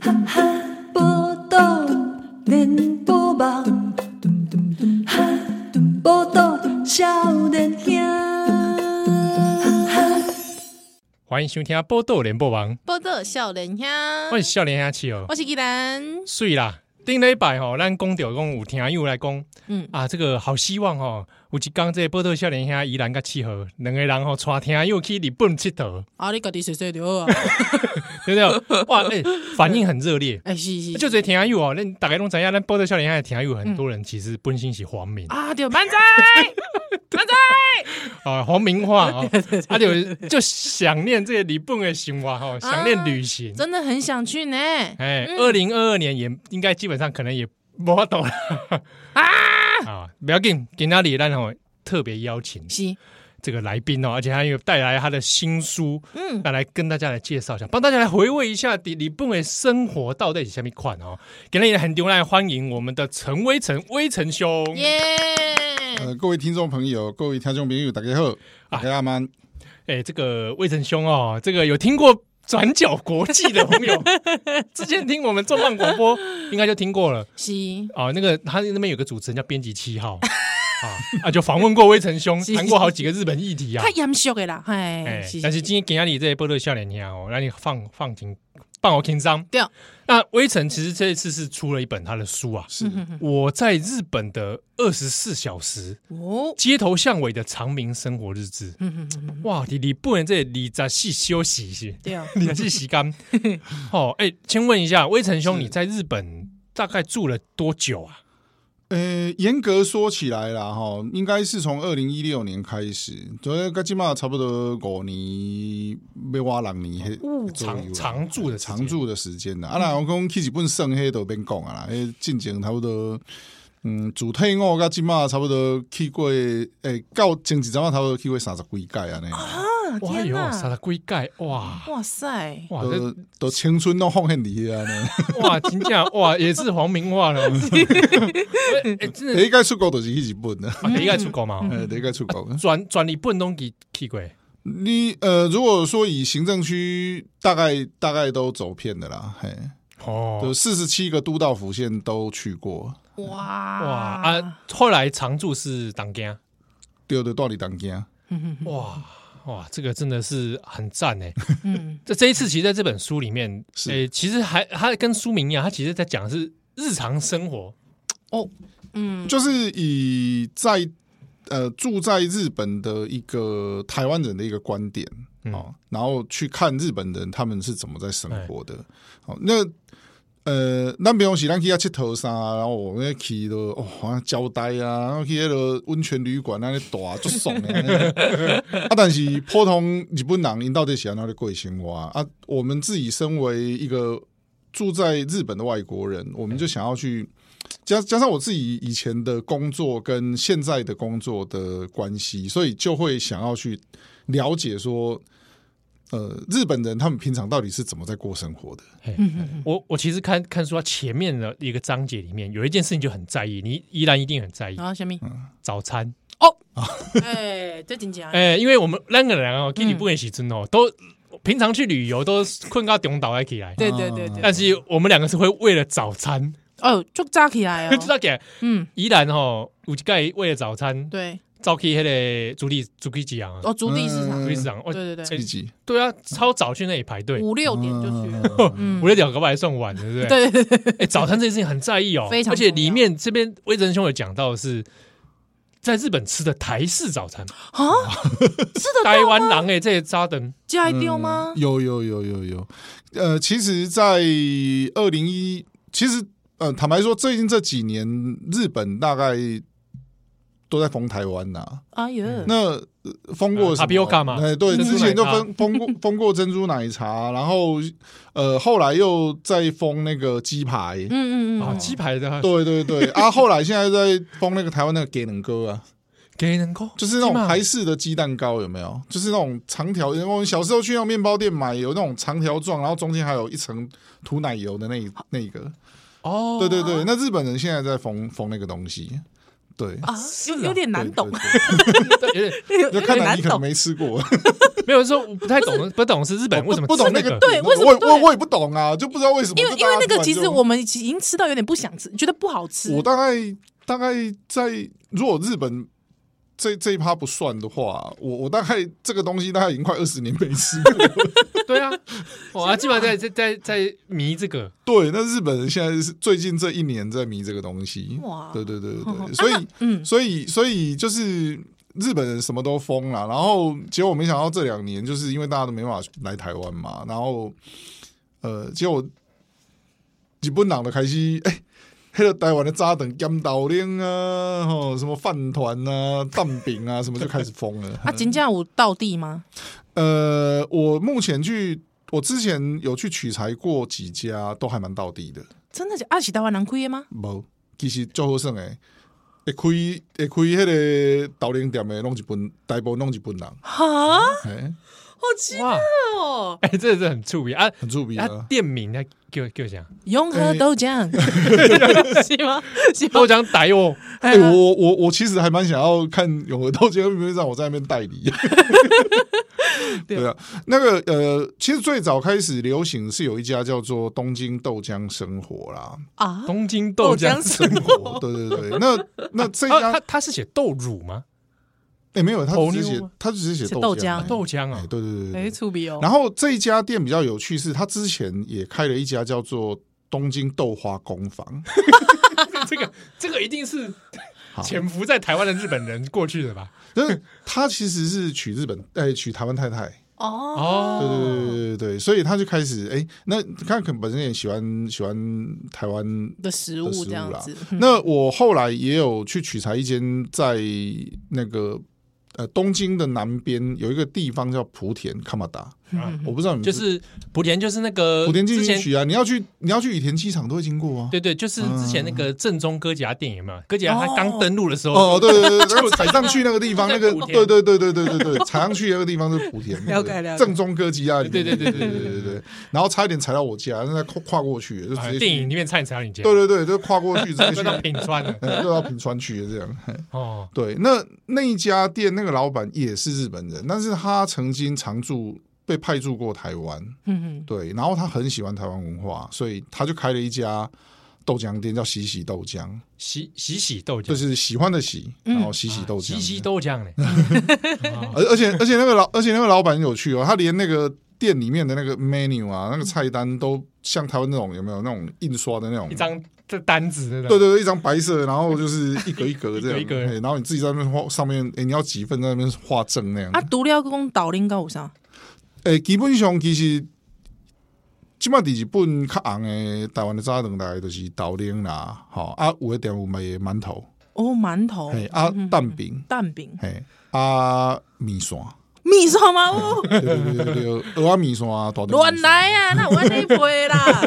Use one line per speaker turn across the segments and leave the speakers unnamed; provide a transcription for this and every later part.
报道连波网，报道少年兄。
欢迎收听《波豆联播王》，
报道少年兄，
我是少年阿七哦，
嗯我是依兰，
水啦！顶礼拜吼，咱讲着讲有听友来讲
嗯，
啊，这个好希望吼，有一工这个波豆少年兄依然甲契合，两个人吼带听友去日本佚佗，
啊，你家己洗洗就好啊，
对不对？哇，哎、反应很热烈。
哎、是 是，
就这听友哦，恁大概拢知影，咱波豆少年兄的听友很
嗯
多人其实本身是黄明
啊，对，万载，
啊，黄明化 哦，啊就就想念这个日本的生活
啊
吼，想念旅行。
真的很想去呢，
哎，
嗯
二零二二年也应该基本上可能也无法度了啊！ 啊，不要紧，今天里咱吼特别邀请
是，
这个来宾哦，而且他有带来他的新书，
嗯，
那来跟大家来介绍一下，帮大家来回味一下日日本的生活到底是什么款哦。今天也很丢来欢迎我们的陈威成威成兄，
耶、
嗯
呃，各位听众朋友，各位听众朋友，大家好，
啊
大家阿曼，
哎，这个威成兄哦，这个有听过。转角国际的朋 友，之前听我们重磅广播应该就听过了。
是，
哦，那个他那边有个主持人叫编辑七号啊啊，就访问过威成兄，
是
谈过好几个日本议题啊
太。严肃的啦，
哎
哎，是，
但是今天给阿你这些波特笑脸听哦，让你放放轻放我轻松。
对，
那威成其实这一次是出了一本他的书啊，
是
我在日本的二十四小时
哦，嗯
街头巷尾的长明生活日志。哇，你你不能这里在细休息是？
对啊，
你是洗 干哦，哎、先问一下威成兄，你在日本大概住了多久啊？
呃，严格说起来啦，哈，应该是从二零一六年开始，所以跟今嘛差不多五年，要挖六年，嘿左右
常
啦
常住的时间
常啊住的时间啦。啊，那我讲去日本算黑都免讲啊啦，迄进前差不多。嗯，自退伍到即嘛差不多去过，诶、到前一阵啊差不多去过三十几届安尼，
啊
哇
天
哟，啥
哪，
的龟盖哇
哇塞，
哇啊这
都都青春都奉献你 安尼。
哇真正哇也是黄明化了，
嗯
哎、欸，真
第
的
一届出国就是去日本的，
啊第一个出国嘛，
嗯
呃，第一届出国。
转转日本拢去去过，
你呃，如果说以行政区，大概大概都走遍的啦，嘿，
哦
就四十七个都道府县都去过，
哇
哇
哇
啊，后来常住是当家，
丢的到底当家，
哇哇，这个真的是很赞 哎。
嗯，
这这一次其实在这本书里面，
是
欸其实还它跟书名一样，它其实在讲的是日常生活，
哦就是以在呃住在日本的一个台湾人的一个观点
嗯
哦，然后去看日本人他们是怎么在生活的。好、那呃，咱不用是咱去遐佚佗啥，然后我们去了哦，好像招待啊，然后去迄个温泉旅馆那里大足爽的。啊，但是普通日本人因到底是安怎咧过生活啊？啊我们自己身为一个住在日本的外国人，我们就想要去。加加上我自己以前的工作跟现在的工作的关系，所以就会想要去了解说，呃，日本人他们平常到底是怎么在过生活的？
嗯
我我其实看看书，它前面的一个章节里面有一件事情就很在意，你依然一定很在意
然后什么？
早餐。
哎，这真正，
哎、因为我们那个人哦，去日本的时阵哦，
嗯
都平常去旅游都困到中岛才起来，
对对对对，
但是我们两个是会为了早餐，
哦，就扎起来
知
哦，
道给
嗯，
宜兰哦，有一盖为了早餐，
对，
早去那个竹地竹地机啊，
哦，竹地市场
竹，地市场，哦
对对对
自己
对啊，超早去那里排队，
五六哎点就去了，嗯
五，六点搞不好还算晚，对不对？
对对对，
哎、早餐这件事情很在意哦，
非常
而且
重要
里面这边威真兄有讲到的是。在日本吃的台式早餐，
啊，
台湾狼哎，这些扎灯
加一丢吗？
有有有有有，呃，其实，在二零一，其实呃，坦白说，最近这几年，日本大概都在封台湾呐、
哎呀，
那呃封过什
呃
么
，tapioca 嘛
哎，对，
珍珠
之前
奶
就
茶
封封过封过珍珠奶茶，然后呃，后来又再封那个鸡排。
嗯嗯
啊，
嗯，
鸡排的
对 对对，啊，后来现在在封那个台湾那个给能哥啊，
给人够，
就是那种
鸡嘛
台式的鸡蛋糕，有没有？就是那种长条，因为我们小时候去那种面包店买，有那种长条状，然后中间还有一层涂奶油的那一那一个。
哦，
对对对，那日本人现在在封封那个东西，对，
啊，有有点难懂，
对。
有点
有
对
有
对就看
点
来
难
你可能
懂。
没吃过，
没有说我不太懂，不懂是日本为什么
不
吃
懂那
那个啊
对为什么
我也
对
我也我也不懂啊，就不知道为什么。
因为
就
因为
大家
那个
突然
其
就
实我们已经吃到有点不想吃，觉得不好吃。
我大概大概在如果日本这这一趴不算的话，我我大概这个东西大概已经快二十年没吃过了。
对啊，我基本上在在在在迷这个，
对，那日本人现在是最近这一年在迷这个东西。
哇
对对对 对
哼
对，
哼
所以、
啊那嗯
所以所以就是。日本人什么都疯了，然后结果没想到这两年就是因为大家都没办法来台湾嘛，然后呃，结果日本人就开始哎，黑、了台湾的炸等甘岛链啊，吼什么饭团啊、蛋饼啊，什么就开始疯了。
啊，金价五到地吗？
呃，我目前去，我之前有去取材过几家，都还蛮到地的。
真的假？啊，是台湾人开的吗？
无，其实最好耍诶，会开会开迄个豆零店诶，拢一本，大部分拢一本 人，
哈，
嘿，
好奇
哇，
哦！
哎，这是很触鼻啊
很出名
啊！
啊。
店名他给我给我讲，
永和豆浆 是 吗？是吗
我？讲逮我，
哎、我我我其实还蛮想要看永和豆浆，会不会让我在那边代理？ 对啊，那个呃，其实最早开始流行是有一家叫做东京豆浆生活啦，
啊，
东京豆浆
是
生活，哦对对对，那那这
啊，
家
他他是写豆乳吗？
哎、没有，他
头
只是
牛
写
吗
他只是写
写
豆
豆浆
哎
豆浆啊
哎，对对对对对
哎，粗鄙哦。
然后这一家店比较有趣是，他之前也开了一家叫做东京豆花工坊。
这个这个一定是
好
潜伏在台湾的日本人过去的吧？
就是他其实是娶日本，哎、娶台湾太太，
哦，
对对对对对对，所以他就开始，哎、那他可能本身也喜欢喜欢台湾
的食
的
物
食
这样
物啦
子。。
那我后来也有去取材一间在那个呃东京的南边有一个地方叫莆田卡马达，
啊
我不知道你们
就是莆田，就是那个
嗯莆田进
之前
行曲啊，你要去你要去羽田机场都会经过啊。
对对，就是之前那个正宗哥吉拉电影嘛，哥吉拉他刚登陆的时候，
嗯哦，对 对对，然后踩上去那个地方，
就在
那个
莆田
对对对对对对对，踩上去那个地方是莆田，那个
了解了解
正宗歌姬啊，里
对
面
对对
对
对
对对对，然后差一点踩到我家，那跨跨过去就
啊
哦直接
电影
去，
里面差点踩到你家，
对对对，就跨过 去直接去
就到品川了。
呃就到平川去了这样。嘿
哦，
对，那那一家店那个老板也是日本人，但是他曾经常驻被派驻过台湾，
嗯
对，然后他很喜欢台湾文化，所以他就开了一家豆浆店，叫喜喜豆浆，
洗洗洗豆
就
浆，啊
是喜欢的喜，
嗯
然后喜喜豆浆，
洗洗豆浆嘞，
而而且而且那个老而且那个老板很有趣哦，他连那个店里面的那个 menu 啊，那个菜单都像台湾那种有没有那种印刷的那种
一。张这单子那种，
对对对，一张白色，然后就是一格一格这 样，
一格一格
嘿然后你自己在那边画上面，哎、你要几份在那边画正那样。
啊，独料公岛林高有啥？
诶、基本上其实，即马伫日本较红诶，台湾的早顿大概就是豆奶啦，吼啊，有的店有卖馒头，
哦，馒头、
嘿、啊蛋饼，
蛋饼、
嘿、啊米线，
米线吗？ 哦，
对对对对对，蚵仔米线啊，大肠米线
乱来啊！那我那杯啦，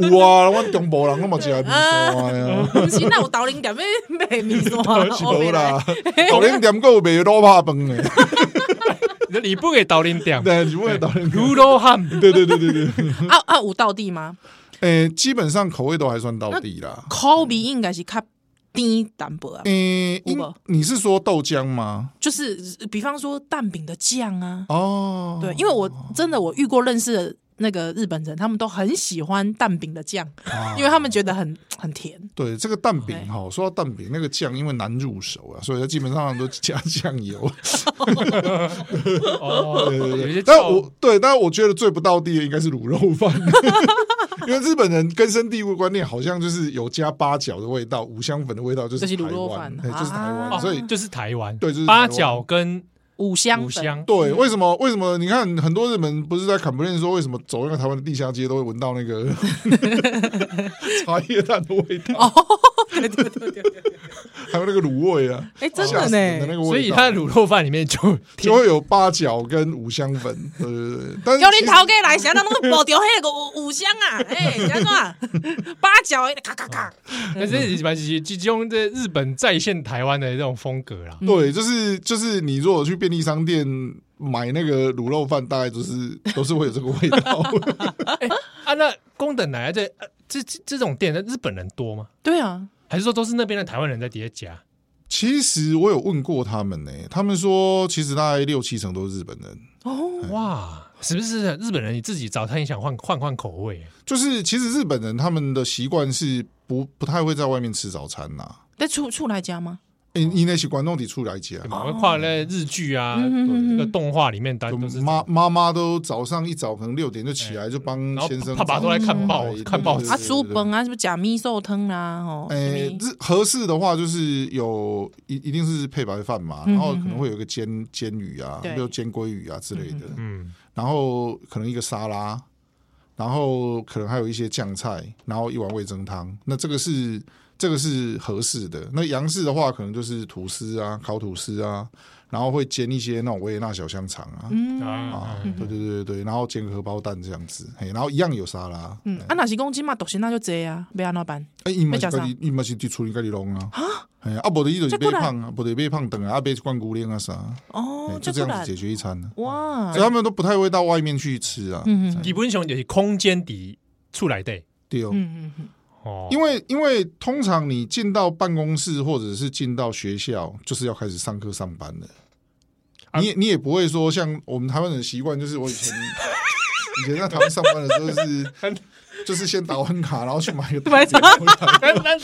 有啊，阮中部人拢嘛食面线啊，
不是那有岛林点咩 卖米线啊？
是
我
无
没来
啦。豆奶店还有卖卤肉饭诶，
对，你不给倒林点，
对，日本的豆 奶，
卤肉汉
对对对对对，
啊啊，有道地吗？
诶，基本上口味都还算到 底啦。
口味应该是较低淡薄啊，
嗯诶，
有
因
无
你是说豆浆吗？
就是比方说蛋饼的酱啊，
哦，
对，因为我真的我遇过认识的那个日本人，他们都很喜欢蛋饼的酱， 因为他们觉得很很甜。
对这个蛋饼哈，说到蛋饼，那个酱因为难入手啊，所以它基本上都加酱油。
哦，有一些
但
叫
我对，但我觉得最不到地的应该是卤肉饭， 因为日本人根深蒂固观念好像就是有加八角的味道，五香粉的味道就是
就是
台
卤肉
湾，
饭
哎就是台湾，
啊
哦
所以
就是台湾，
对就是台
八
湾
角跟
五香
五
粉
香，
对，
嗯
为什么？为什么？你看很多日本人不是在 complain 说，为什么走那个台湾的地下街都会闻到那个茶叶蛋的味道，
对对对对对，
还有那个卤味啊，
哎，真
吓
的
死人的
呢
那。个味道，
所以他的卤肉饭里面就
就会有八角跟五香粉，对对对。但是
有恁
其实
头家来，谁人拢抱着迄个五五香啊？哎，怎啊？八角的咔咔咔，
但是蛮是集中在日本再现台湾的这种风格啦。
对，就是就是你如果去便利商店买那个卤肉饭，大概就是都是会有这个味道。
啊，那宫等来这呃这这这种店，那日本人多吗？
对啊，
还是说都是那边的台湾人在底下夹？
其实我有问过他们呢、他们说其实大概六七成都是日本人，嗯
哦，
哇，是不是日本人你自己早餐也想换换换口味？
就是其实日本人他们的习惯是不不太会在外面吃早餐呐、
在出出来家吗？
诶因因那些观众提出来啊讲
对，吧？会画在日剧啊，
嗯嗯嗯
那个动画里面，大家
就
都是
妈妈妈都早上一早可能六点就起来就帮
然后
先生
爸爸都来看报
早
看报纸
啊，
对
书本啊，什么假米寿汤啦，哦，
诶、
什么
这合适的话就是有一一定是配白饭
嗯
嘛，然后可能会有一个煎煎鱼啊，
对
比如煎鲑鱼啊之类的，
嗯，
然后可能一个沙拉，然后可能还有一些酱菜，然后一碗味噌汤。那这个是这个是合适的。那洋式的话，可能就是吐司啊，烤吐司啊，然后会煎一些那种维也纳小香肠啊。
啊
啊，，对对对对，然后煎个荷包蛋这样子，嘿，然后一样有沙拉，
嗯，啊，那是公鸡嘛，独行那就这样啊，不要那办。
哎，伊嘛
要
是
吃啥
家己，伊嘛是伫厝里家己弄啊，哎，啊，无得伊就是
这过
变
来
胖啊，无得变胖等啊，啊，变灌牛奶啊啥，
哦
嘿，就
这
这
不
样
然
子解决一餐啊。
哇
所以，他们都不太会到外面去吃啊，
嗯嗯
基本上就是空间底出来的
对哦。
嗯嗯嗯，
哦，
因为因为通常你进到办公室或者是进到学校，就是要开始上课上班了。
啊
你也你也不会说像我们台湾人的习惯，就是我 以前以前在台湾上班的时候是，就是先打完卡，然后去买个
买
蛋回来
咱咱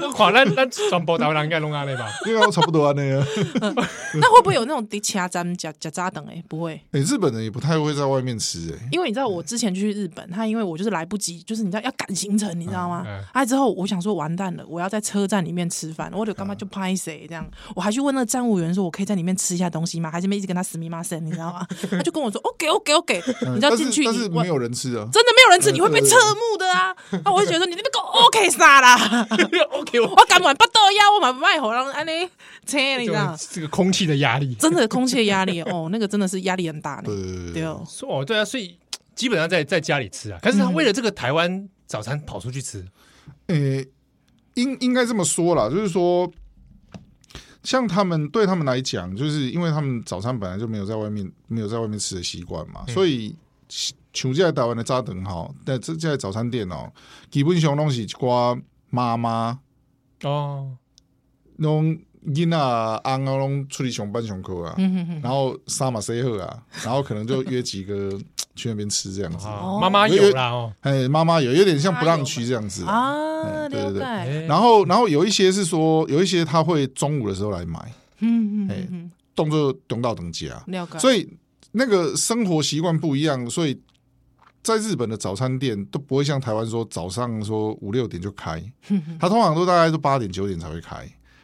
我我看咱咱全部台湾人应该拢安尼吧？
对啊，差不多啊那个。嗯
那会不会有那种啊迪卡咱假假扎等？哎，不 会，
哎、日本人也不太会在外面吃哎、
因为你知道我之前去日本，他因为我就是来不及，就是你知道要赶行程，你知道吗
嗯嗯？
啊，之后我想说完蛋了，我要在车站里面吃饭，我就干嘛就拍谁这样？
嗯
我还去问那个站务员说，我可以在里面吃一下东西吗？还是没一直跟他死密骂声，你知道吗？他就跟 我说 OK OK OK，你知道
嗯但
进
是
去
但是
你我
没有人吃啊。
真的没有人吃，你会被侧目的 啊！啊，我就觉得你那边够 OK 啥啦
OK，我
我敢玩不豆呀，我买不卖好让安尼切，你知道吗？
这个空气的压力。
真的空气的压力哦，那个真的是压力很大呢。
对对
对
对，
哦，
哦，对啊，所以基本上在在家里吃啊，可是他为了这个台湾早餐跑出去吃，
诶、应应该这么说啦，就是说，像他们对他们来讲，就是因为他们早餐本来就没有在外面没有在外面吃的习惯
嗯
嘛，所以像这在台湾的早餐吼，但这这在早餐店哦，基本上拢是一寡妈妈
哦，
拢囡仔啊翁啊拢出去上班上课啊，
嗯哼哼，
然后衫嘛洗好啊，然后可能就约几个去那边吃这样子。
啊妈妈有啦哦，
哎，妈妈有有点像
妈
不
妈有
让
吗
区这样子啊
啊，
对
了
对对
解，
哎
然后，然后有一些是说，有一些他会中午的时候来买，
嗯嗯
哎
嗯嗯，
动作等到等级啊，
了解。
所以那个生活习惯不一样，所以在日本的早餐店都不会像台湾说早上说五六点就 开，他通常都大概都八点九点才会开，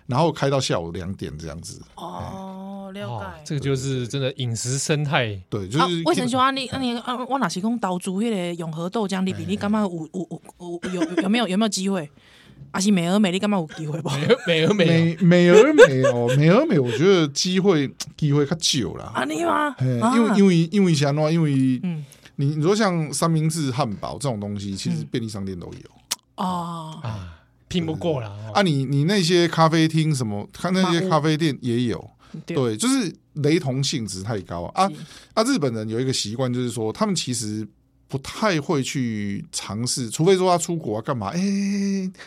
然后开到下午两点这样子。
哦，
哦
了，解。
这个就是真的饮食生态
对，就
啊
是，
我想说啊，你啊你啊，我哪是讲投资迄个永和豆浆里比你感觉有有有有有有没有有没有机会？还是美而美，你感觉有机会不？
美美而美
美美而美哦， 美而美，我觉得机会机会较久啦。
啊，你吗？
嘿
啊
因为因为因为啥呢？因为
嗯
你你说像三明治、汉堡这种东西，其实便利商店都有。
哦，
啊，拼不过啦。哦
啊你，你那些咖啡厅什么，看那些咖啡店也有，
对哦
对，就是雷同性质太高啊啊
是
啊！日本人有一个习惯，就是说他们其实不太会去尝试，除非说他出国啊干嘛，哎、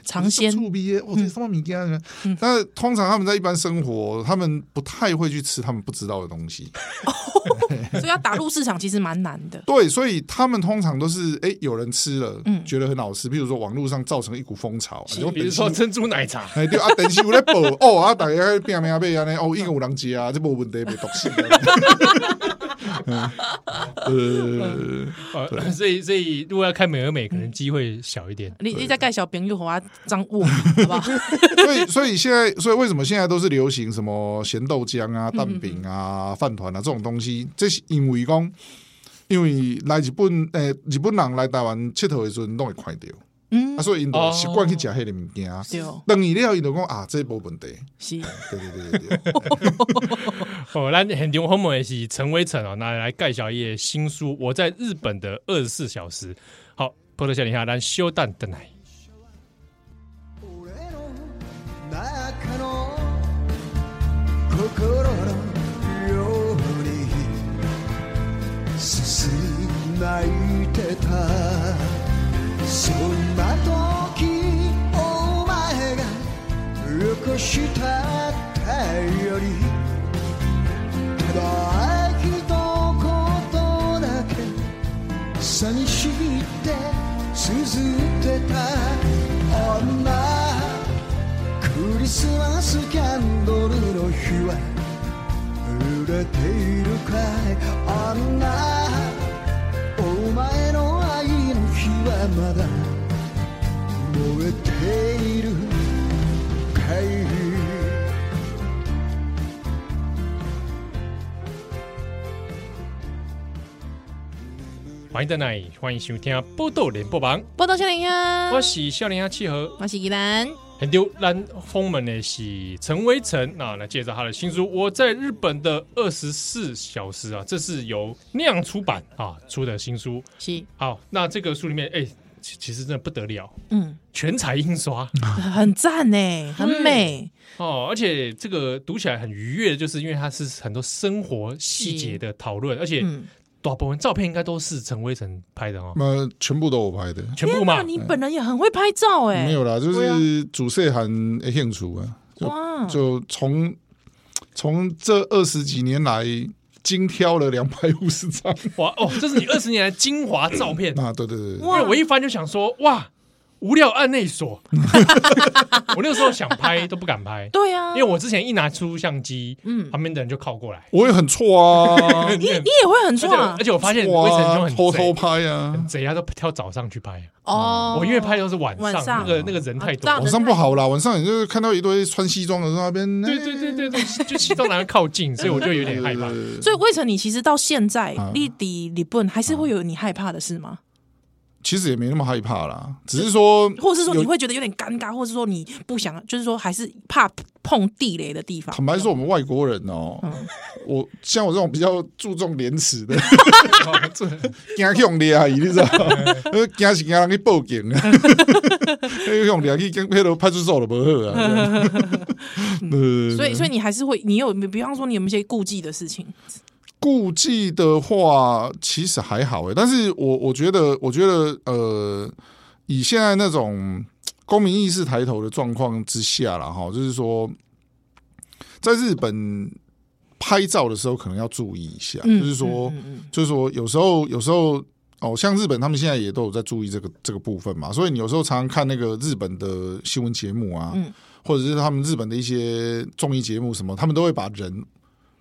尝鲜嗯
醋逼耶，哦，这什么米干啊？但是通常他们在一般生活，他们不太会去吃他们不知道的东西，
所以要打入市场其实蛮难的。
对，所以他们通常都是哎、有人吃了，
嗯
觉得很好吃，比如说网络上造成一股风潮，啊
比如说珍珠奶茶，
哎对啊，电视有咧报 哦，啊，大家拼命买安尼，哦，已经有人食啊，这无问题，袂毒死。啊 嗯
呃， 所以所以如果要看美而美，可能机会小一点。
你你在盖小朋友和我张 物，好不好？
呃，所以所以现在，所以为什么现在都是流行什么咸豆浆啊、蛋饼啊、饭团啊这种东西？这是因为讲，因为来日本诶、日本人来台湾佚佗的时阵，拢会看到，
嗯
啊，，所以因都习惯去食迄个物件。
对，哦
等伊了，伊就讲啊，这无问题。
是。
对对对对对，
哦，那很牛后面是陈威成哦，那来盖小叶新书《我在日本的二十四小时》。好，波特小林下，咱休蛋等来。
俺の中の心のように進ん泣いてたそんな時お前がよこしたよりただ一言だけ寂しいって綴ってた女クリスマスキャンドルの日は売れているかい女お前の愛の日はまだ燃えているかい
欢迎回来，欢迎收听《波豆联播榜》，
报道笑脸呀，
我是笑脸鸭七和。
我是依兰，
很丢咱封门的是陈威成啊，来介绍他的新书《我在日本的二十四小时》啊，这是由酿出版啊出的新书。
是，
好，那这个书里面，哎、其其实真的不得了，
嗯，
全彩印刷
很赞呢，很美，
哦，而且这个读起来很愉悦，就是因为它是很多生活细节的讨论，而且
嗯，
大部分照片应该都是陈威成拍的哦，
那全部都我拍的，
全部嘛
那，嗯你本人也很会拍照哎，
没有啦，就是主色韩的兴趣啊，
哇，
就从从这二十几年来精挑了两百五十张
哇哦，这 是你二十年来精华照片，
啊，对对对对，
因
哇
为我一翻就想说，哇，无料案内所， 我那个时候想拍都不敢拍，
对啊，
因为我之前一拿出相机，
嗯
旁边的人就靠过来，
我也很错啊，
你
你也会很
而且
壮
我
啊
而且我发现
哇
魏晨兄很
偷
贼
偷拍啊
很，贼，他都挑早上去拍，
哦
我因为拍都是晚上
晚，
那
上
个那个人太多
啊
晚
了。
上不好啦，晚上你就是看到一堆穿西装的在那边，
对对对对对，就西藏男靠近，所以我就有点害怕。
所以魏晨，你其实到现在
啊，
立迪、李本还是会有你害怕的事
啊
吗？
其实也没那么害怕啦，只是说，
或者是说
有
你会觉得有点尴尬，或者是说你不想，就是说还是怕碰地雷的地方？
坦白说，我们外国人哦、我像我这种比较注重廉耻的，惊去用掠去，你知道吗？呃惊是惊人去报警啊， 去用掠去跟迄落派出所就无好啊。对
所以，所以你还是会，你有，比方说你有没有一些顾忌的事情？
顾忌的话，其实还好诶、但是我我觉得，我觉得，呃，以现在那种公民意识抬头的状况之下啦，哈，就是说，在日本拍照的时候，可能要注意一下，就是说，
嗯嗯
就是说，有时候，有时候。哦，像日本他们现在也都有在注意这个这个部分嘛，所以你有时候常常看那个日本的新闻节目啊，
嗯
或者是他们日本的一些综艺节目什么，他们都会把人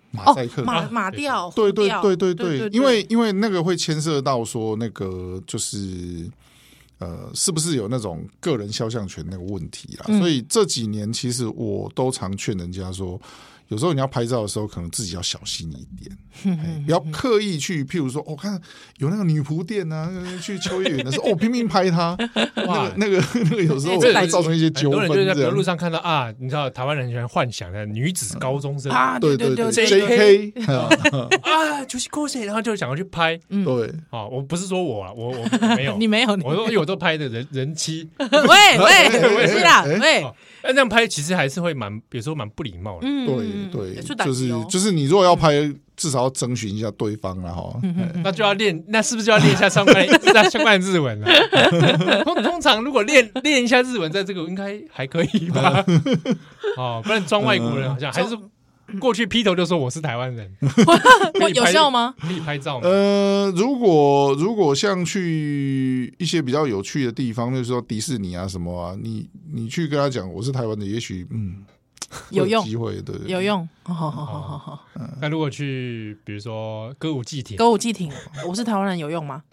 马
哦
赛克、
马
啊
马掉，
对对
掉
对对
对
对，因为因为那个会牵涉到说那个就是呃，是不是有那种个人肖像权那个问题啦？
嗯
所以这几年其实我都常劝人家说。有时候你要拍照的时候，可能自己要小心一
嗯
点，哎不要刻意去。譬如说，我、看有那个女仆店啊，去秋叶原的 时候，哦，拼命拍她，
哇，
那个那个有时候
哎
我
这
会造成一
哎
些
很
纠
多
纷
人就是在
这
比如
样
路。上看到啊，你知道台湾人很喜欢幻想的女子高中生啊，
啊，
对
对
对对
对对
，J.K. 啊
就是过谁，然后就想要去拍
对，
嗯，
啊。我不是说我啊，我我没有
你没有，你
我说因为我都拍的人人妻，
哎
喂喂，是啦，喂，
哦那这样拍其实还是会蛮，有时候蛮不礼貌的。
对
嗯，
对，
出打
就
击
是
哦
就是你如果要拍，至少要征询一下对方了哈。
嗯
哎
那就要练，那是不是就要练一下相 关的那相关的日文了？ 通通常如果练练一下日文，在这个应该还可以 吧？哦，不然装外国
嗯
人好像还是过去劈头就说我是台湾人，
会有效 吗？
可以拍照吗？
呃，如果如果像去一些比较有趣的地方，就是说迪士尼啊什么啊，你你去跟他讲我是台湾的，也许嗯
有
会
用
机会对
有用，好好好好好
哦
好，
那如果去比如说歌舞伎町，
歌舞伎町，我是台湾人，有用吗？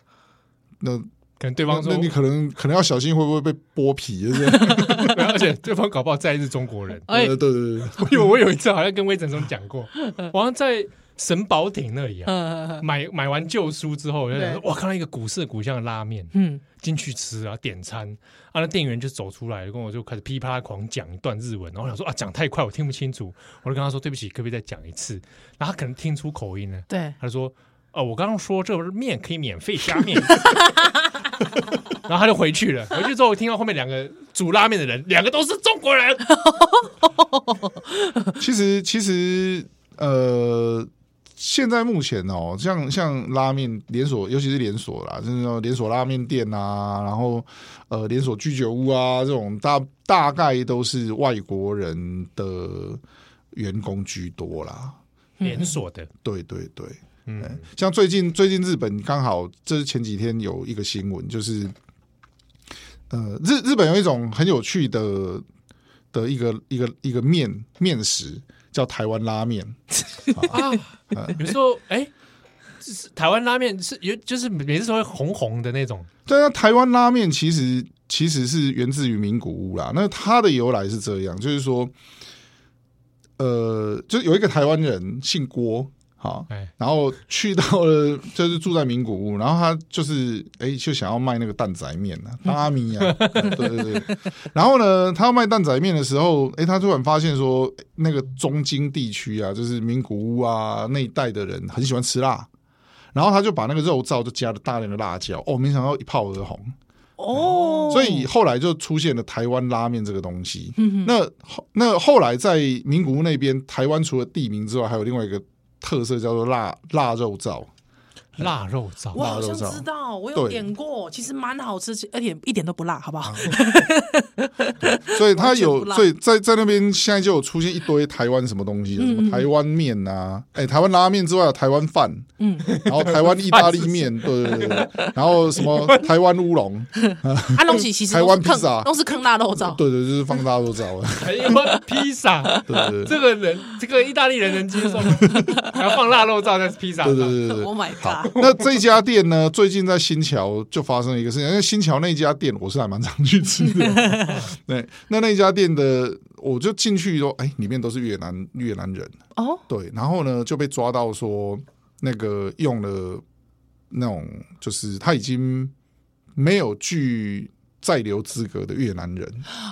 那
可能对
那
方说
那，你可能可能要小心会不会被剥 皮，是不是
而且对方搞不好在是中国人。
哎
对对对对，
我有我有一次好像跟魏晨松讲过，我好像在神保町那里啊，
呃，
买买完旧书之后，我就想说
对
哇，看到一个古色古香的拉面，
嗯，
进去吃啊，点餐啊，那店员就走出来，跟我就开始噼啪狂讲一段日文，然后我想说啊，讲太快我听不清楚，我就跟他说对不起，可不可以再讲一次？然后他可能听出口音了，
对，
他就说哦，我刚刚说这面可以免费加面。 然后他就回去了。回去之后，我听到后面两个煮拉面的人，两个都是中国人。
嗯
其实其实呃。现在目前哦，像像拉面连锁，尤其是连锁啦，就是说连锁拉面店啊，然后呃连锁居酒屋啊，这种大大概都是外国人的员工居多啦。
连锁的，
对对对，哎
嗯，
像最近最近日本刚好，这是前几天有一个新闻，就是呃，日日本有一种很有趣的的一个一个一个面面食，叫台湾拉面。
啊，有时候哎，这是台湾拉面是有，就是每次都会红红的那种，
对啊，台湾拉面其实其实是源自于名古屋啦。那它的由来是这样，就是说，呃，就有一个台湾人姓郭，好，
哎
然后去到了就是住在名古屋，然后他就是哎就想要卖那个蛋仔面啊，拉米啊，嗯对对对。然后呢，他要卖蛋仔面的时候，哎，他突然发现说，那个中京地区啊，就是名古屋啊那一带的人很喜欢吃辣。然后他就把那个肉燥就加了大量的辣椒，哦，没想到一炮而红。
哦，
所以后来就出现了台湾拉面这个东西。那后那后来在名古屋那边，台湾除了地名之外，还有另外一个特色叫做辣辣肉燥。
腊肉燥
我好
辣
像
肉燥
知道，我有
对啊
点过，其实蛮好吃，而且一点都不辣，好不好？
所以它
完全
有
不，辣
所以在在那边现在就有出现一堆台湾什么东西，什么台湾面啊，哎、台湾拉面之外有台湾饭，嗯，然后台湾意大利面，对对对对，然后什么台湾乌龙，
安东西啊其实
台
都
湾
是
披萨
坑，都是坑辣肉燥。
对对，就是放大肉燥，
台湾披萨，
对对对
这个人，这个意大利人能接受吗？ 还要放腊肉燥在披萨
对对
上，
对对对
Oh my god！
那这家店呢，最近在新桥就发生了一个事情，因为新桥那家店我是还蛮常去吃的。 对，那那家店的我就进去说，哎，里面都是越南越南人，
哦，
对，然后呢就被抓到说那个用了那种就是他已经没有具在留资格的越南人，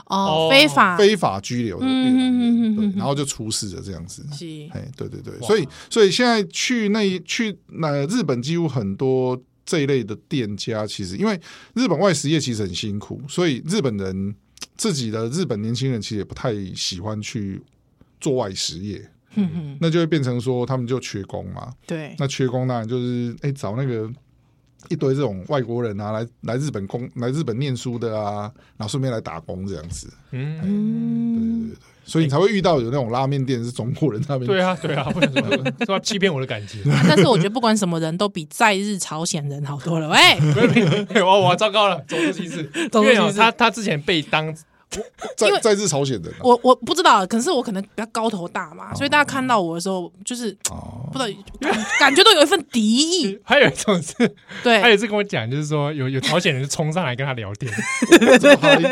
哦
哦，
非法，
非法拘留的越南
啊嗯嗯嗯
人，
嗯
对
嗯，
然后就出事了这样子。
是
哎，对对对，
哇
所以所以现在去那一去那、日本几乎很多这一类的店家，其实因为日本外食业其实很辛苦，所以日本人自己的日本年轻人其实也不太喜欢去做外食业，
嗯嗯，
那就会变成说他们就缺工嘛。
对，
那缺工当然就是哎、找那个。一堆这种外国人啊，来来日本工来日本念书的啊，然后顺便来打工这样子，
嗯，
嗯，
所以你才会遇到有那种拉面店是中国人那边
对啊，对啊，为什么说要欺骗我的感 情？
但是我觉得不管什么人都比在日朝鲜人好多了，哎喂，
哦，我糟糕了，种族歧视，因
种族歧视
为哦他他之前被当
在
因为
在日朝鲜人、啊，
我我不知道，可是我可能比较高头大嘛，所以大家看到我的时候，就是
哦
不知道感感觉到有一份敌意，
还有一种是，还有
对，
一次跟我讲，就是说有有朝鲜人就冲上来跟他聊天，
哈林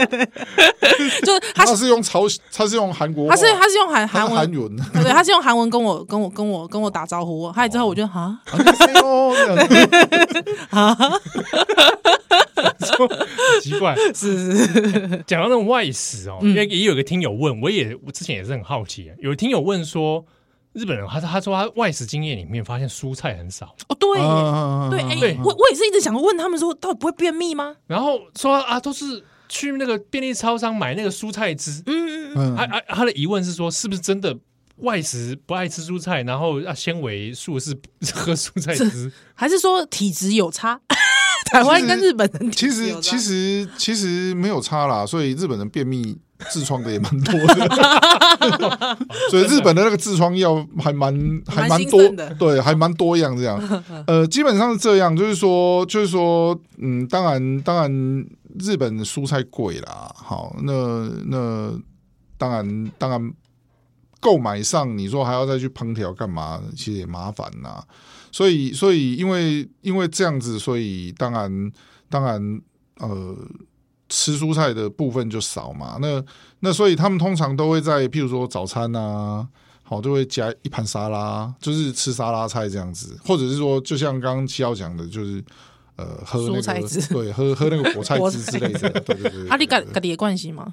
就是他
他是用朝，他是用韩国
他
话，
是他是用韩
他
韩
是
文
韩。 文，
对，他是用韩文跟我跟我跟我跟我打招呼，嗨之后我就哈，
哎呦这样子
说 很奇怪，是是。讲到那种外食哦，因为也有个听友问，我也我之前也是很好奇，啊有听友问说。日本人他他说他外食经验里面发现蔬菜很少，
哦对
啊啊啊啊
对，哎
对，
我我也是一直想问他们说，到底不会便秘吗？
然后说啊都是去那个便利超商买那个蔬菜汁，
嗯，嗯嗯
嗯
他他他的疑问是说是不是真的外食不爱吃蔬菜，然后啊纤维素是喝蔬菜汁，哎
还是说体质有差？ 台湾跟日本人体
其
质有
实
差
其实其实没有差啦，所以日本人便秘痔疮的也蛮多的， 所以日本的那个痔疮药还蛮还蛮
蛮兴
多
奋的，
对，还蛮多样这样。 呃，基本上是这样，就是说就是说，嗯，当然当然，日本蔬菜贵啦，好，那那当然当然。购买上，你说还要再去烹调干嘛？其实也麻烦呐、所以，所以因为因为这样子，所以当然当然呃，吃蔬菜的部分就少嘛。那那所以他们通常都会在譬如说早餐啊，好就会加一盘沙拉，就是吃沙拉菜这样子，或者是说就像刚刚七号讲的，就是。呃，喝那
蔬菜
个
汁
对，喝喝那个果菜
果
汁
菜
之类的，对对对对。
啊，你
对
跟
对
跟你的关系吗？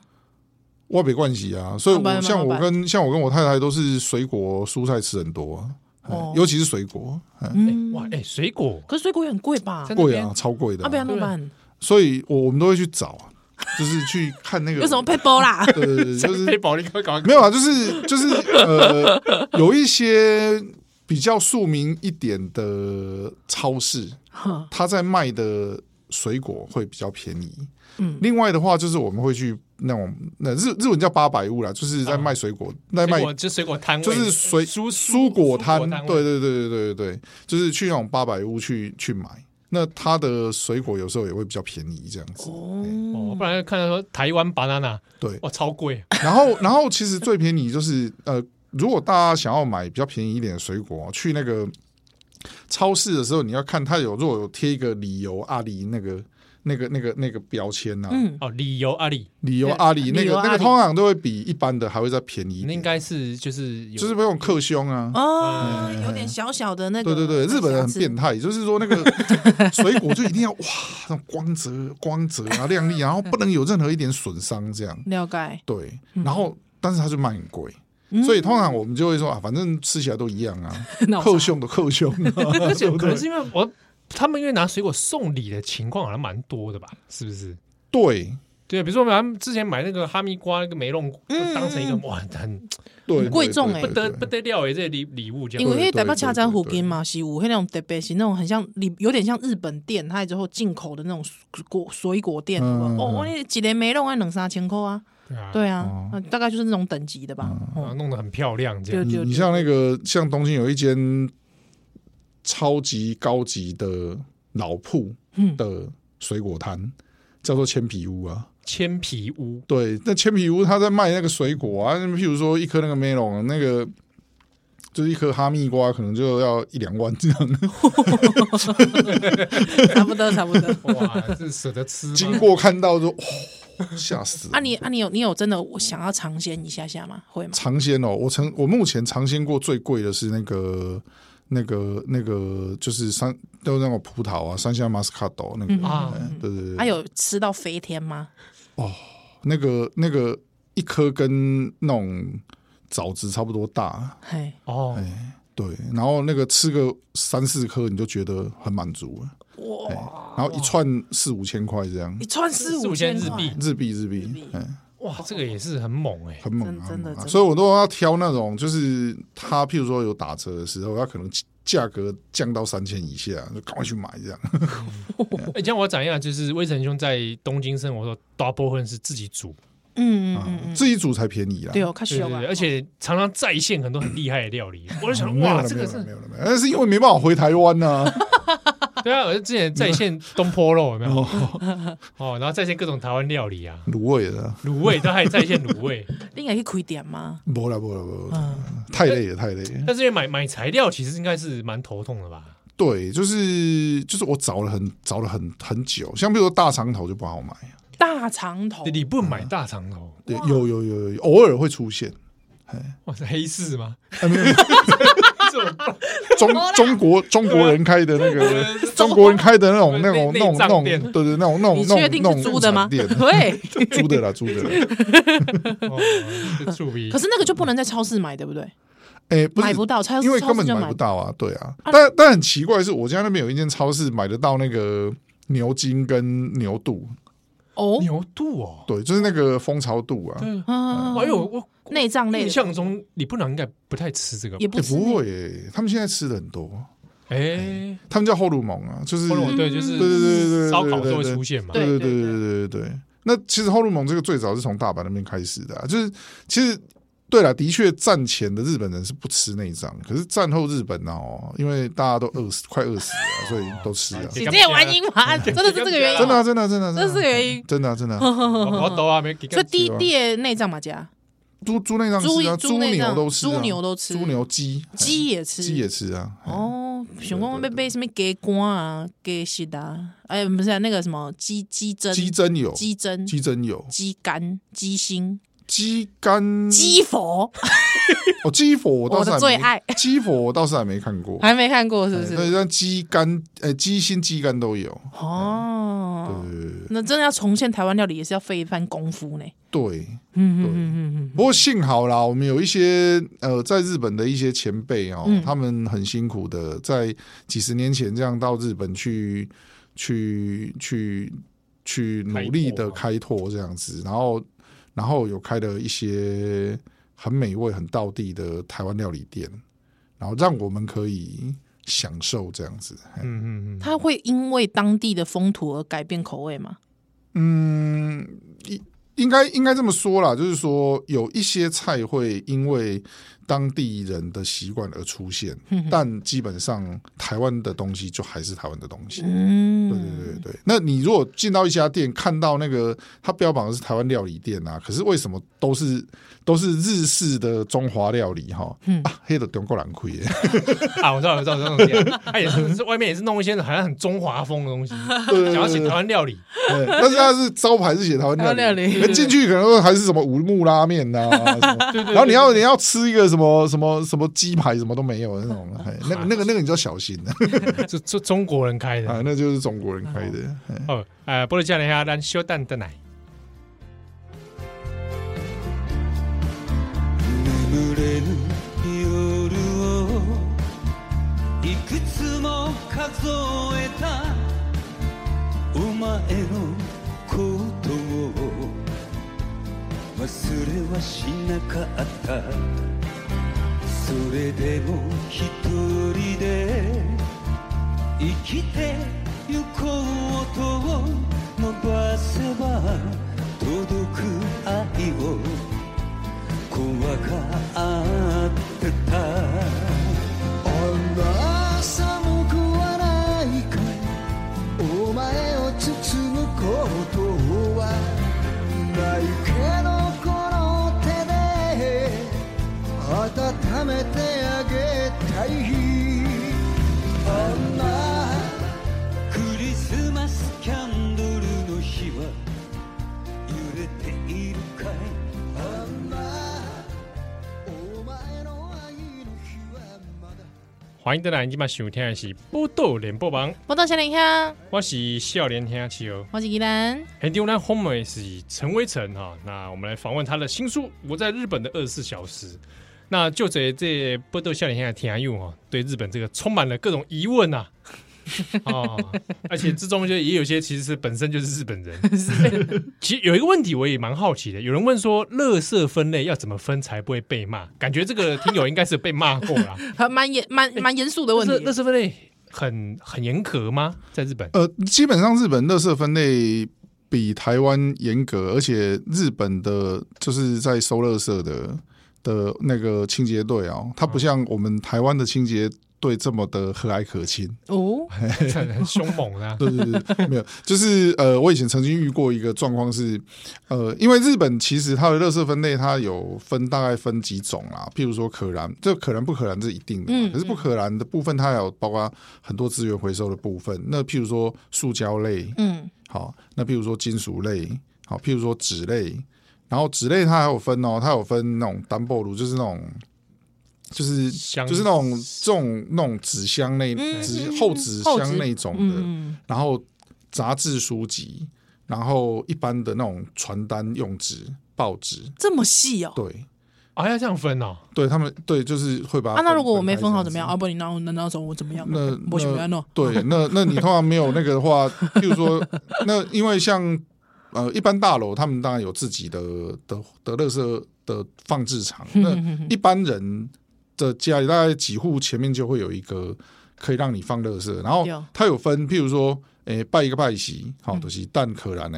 我没关系啊，所以
慢慢
我像
慢
我
慢
跟像我跟我太太都是水果蔬菜吃很多啊，
哦
嗯尤其是水果，嗯
嗯，
哇，哎、水果
可是水果也很贵吧
在？那
贵
边
啊，超贵的
啊，不
啊、
然怎么办？
所以我我们都会去找啊，就是去看那 个
有什么 paper 啦？
对对对，就
被
是
保利哥搞
没有啊，就是就是呃，有一些比较庶民一点的超市，
哼
它在卖的水果会比较便宜。嗯，另外的话就是我们会去那种那日日文叫八百屋啦，就是在卖水果，在
哦
卖
水果就水果摊位，
就是水
蔬
蔬果摊，
蔬位
对对对对对对，就是去那种八百屋去去买。那它的水果有时候也会比较便宜这样子，
哦，不然看到说台湾 banana，
对。
哇，哦超贵，
然后 然后其实最便宜就是呃，如果大家想要买比较便宜一点的水果，去那个超市的时候，你要看它有如果有贴一个理由阿里那个那个那个那个标签呐、啊，
嗯，
哦，理由阿里，
理由阿
对
里那
理
个
由
那
阿
个
里
通常都会比一般的还会再便宜一
那应
点，
该是就是有
就是不用克胸啊。
哦，有点小小的那个，
对对对，日本人很变态，就是说 那个水果就一定要哇，那种光泽、光泽啊、亮丽，然后不能有任何一点损伤，这样
了解，
对。
嗯
然后，但是它就卖很贵，所以通常我们就会说啊，反正吃起来都一样啊，
那我
扣胸的 扣胸啊，
而且
对不
可
对
能是因为我他们因为拿水果送礼的情况好像蛮多的吧？是不是？
对
对，比如说我们之前买那个哈密瓜那个梅弄，就当成一个哇，很
嗯对，
很贵
对
重
对
欸
不
对
得
对
不得了诶，这些礼礼物这
因
样。
为迄代表车站附近嘛，是有迄种特别是那种很像日，有点像日本店，它之后进口的那种果水果店，有
嗯
没有哦，我一个梅弄要两三千块啊，
对啊，
对啊，啊大概就是那种等级的吧。
然后
哦
啊弄得很漂亮这
对
样。
你
对
你
对，
像那个像东京有一间超级高级的老铺
嗯
的水果摊，叫做千皮屋啊。
千皮屋
对，那千皮屋他在卖那个水果啊，譬如说一颗那个梅龙，那个就是一颗哈密瓜，可能就要一两万这样。
差不多差不多。
哇，这舍得吃吗？
经过看到就哇，吓死
啊！你啊你有你有真的我想要尝鲜一下下吗？会吗？
尝鲜哦，我曾我目前尝鲜过最贵的是那个那个那个，就是山都那种葡萄啊，山下马斯卡豆那个，
啊，
对对
啊
对，
有吃到飞天吗？
那个那个一颗跟那种枣子差不多大，
嘿，
哦，
哎对，然后那个吃个三四颗你就觉得很满足了，哇！然后一串四五千块这样
一，串四
四五千日币
块，
日币日币，哎，
哇，这个也是很猛哎。
很猛啊，
真的
很猛
真
啊
的
所以我都要挑那种就是它，譬如说有打折的时候，它可能价格降到三千以下，就赶快去买这样。
哎，像我讲一下，就是威神兄在东京生活的时候，大部分是自己煮，
嗯嗯嗯嗯，
自己煮才便宜啦。
对哦，看
对
需要
对
吧
对，。而且常常在线很多很厉害的料 理。我就想，
没有
哇，
了，
这
没
个
有
是
了，没有了，没有了。那是因为没办法回台湾呐。
对啊，我之前在线东坡肉有没有？
哦，
哦，然后在线各种台湾料理啊，
卤味的，
卤味都还在线卤味，
你也可以开店吗？
不啦不啦不啦，
嗯，
太累了太累了。
但是因为买买材料其实应该是蛮头痛的吧？
对，就是就是我找了很找了很很久，像比如说大肠头就不好买，
大肠
哦
头
你不买大肠头，
对，有有有有，偶尔会出现。
哇，是黑市吗？
中中国中国人开的那个中国人开的那种那种
内
那种那
内脏
种，
店
对对，那种那种
你
那种
确定
那
是
种
租的吗？
店
对，
租的啦，租的啦。
哦，这醋鼻
可。是那个就不能在超市买，对不对？
哎，不是
买不到，超
因为
超
根
市
本
就
买
买
不。到啊，对啊。但但很奇怪的是，我家那边有一间超市买得到那个牛筋跟牛肚，
哦，
牛肚哦，
对，就是那个蜂巢肚啊。
对，
嗯
哎呦，我
内脏类
印
的
象中你不能应该不太吃这个吧，
也不
也
吃
哎不会耶，他们现在吃的很多，
哎，
他们叫后鲁蒙啊，就是
后来我对就
对对对对
是
对
烧烤
对对
都会
对
出现嘛，
对
对对对对对对对。那其实后入蒙这个最早是从大阪那边开始的、啊，就是其实对了，的确战前的日本人是不吃内脏，可是战后日本哦，因为大家都饿死，快饿死了，所以都 吃啊，
对
你这些玩因 嘛，真的是这个原因，
真的、啊、真的、啊、真的、啊、
真哎的是这个
真的啊
原因。
真的啊、真的啊、
我我都啊没给
所以
干。
低低的内脏嘛，加
猪猪内脏
猪
吃啊，
猪内
牛
脏
都吃、啊，
猪牛都吃
猪牛鸡
鸡也吃，
鸡也吃啊，
哦，想讲被被什么鸡肝啊、鸡翅啊，哎，不是啊那个什么鸡鸡胗、
鸡胗有，
鸡胗、
鸡胗有，
鸡肝、鸡心、
鸡肝
鸡佛，
哦鸡佛我倒是
我的
还没
最爱
鸡佛我倒是还没看过，
还没看 过是不
对，
是？
但鸡肝呃鸡心鸡肝都有，
哦，
呃。
那真的要重现台湾料理，也是要费一番功夫呢。
对，
嗯
对
嗯嗯
不过幸好啦，我们有一些呃，在日本的一些前辈哦，他们很辛苦的，在几十年前这样到日本去去去去努力的开拓哦这样子，然后然后有开了一些很美味、很道地的台湾料理店，然后让我们可以享受这样子。
嗯嗯
嗯，
嗯，
它会因为当地的风土而改变口味吗？
嗯，一应该应该这么说啦，就是说有一些菜会因为当地人的习惯而出现，但基本上台湾的东西就还是台湾的东西。
嗯，
对对对对，那你如果进到一家店，看到那个它标榜的是台湾料理店啊，可是为什么都是都是日式的中华料理哈？啊，黑的中国人亏耶，
啊，我知道，我知道，我知道这种店， 他也是是外面也是弄一些好像很中华风的东西，
对对
想要
对
写
对
台，湾料理，
对但是它是招牌是写台湾料
台湾料
理，
理
那进去可能还是什么五木拉面呐、什么
对对对
然后你要你要吃一个什么什么什么鸡排什么都没有的那种，哎那 个那个那个你就要小心了
这这中国人开的
啊，那就是中国人开的。哎
哦，呃，波多加尼亚咱小蛋的奶，
眠れぬ夜をいくつも数えたお前のことを忘れはしなかったそれでも一人で生きてゆこうと伸ばせば届く愛を怖がってた
甘さも食わないかいお前を包むことはないけどこの手で温めてあげたい甘
クリスマスキャンドルの日は揺れているかい
お前の愛の日はまだ
欢迎的奶，今晚收听的是波多连播网，
我到小林香，
我是笑脸天气哦。
我是依兰，
很丢人 Home 是陈威成哈，那我们来访问他的新书《我在日本的二十四小时》。那就这这波多笑脸现在啊天佑哈，对日本这个充满了各种疑问呐、啊，哦，而且之中就也有些其实是本身就是日本人。 其实有一个问题我也蛮好奇的，有人问说，垃圾分类要怎么分才不会被骂？感觉这个听友应该是被骂过啦。
还蛮严蛮
哎
蛮严肃的
垃
问
圾垃
题。
圾分类很很严格吗？在日 本？
呃，基本上日本垃圾分类比台湾严格，而且日本的就是在收垃圾的的那个清洁队哦，它
嗯
不像我们台湾的清洁队这么的和蔼可亲。
哦，
很很凶猛啊！
对对对，没有，就是呃，我以前曾经遇过一个状况是，呃，因为日本其实它的垃圾分类它有分大概分几种啦，譬如说可燃，这可燃不可燃是一定的嘛，
嗯
可是不可燃的部分它有包括很多资源回收的部分，那譬如说塑胶类，
嗯，
好，那譬如说金属类，好，譬如说纸类，然后纸类它还有分哦，它有分那种单薄炉，就是那种。就是
箱
就是那种这种那种纸箱那纸厚纸
嗯厚
箱
纸
那种的，
嗯，
然后杂志书籍，然后一般的那种传单用纸、报纸，
这么细哦。
对
啊，要这样分 哦。
对，他们对就是会把它
啊，那如果我
开
没分好
这样
怎么样？
子
啊，不，你拿我拿那种我怎么样？
那
我喜欢
那
哦。
对，那那你通常没有那个的话， 譬如说，那因为像呃一般大楼，他们当然有自己的的的垃圾的放置场， 那一般人的家里大概几户前面就会有一个可以让你放垃圾，然后
有嗯
它有分，譬如说，诶、拜一个拜席，好、就是蛋可燃呢。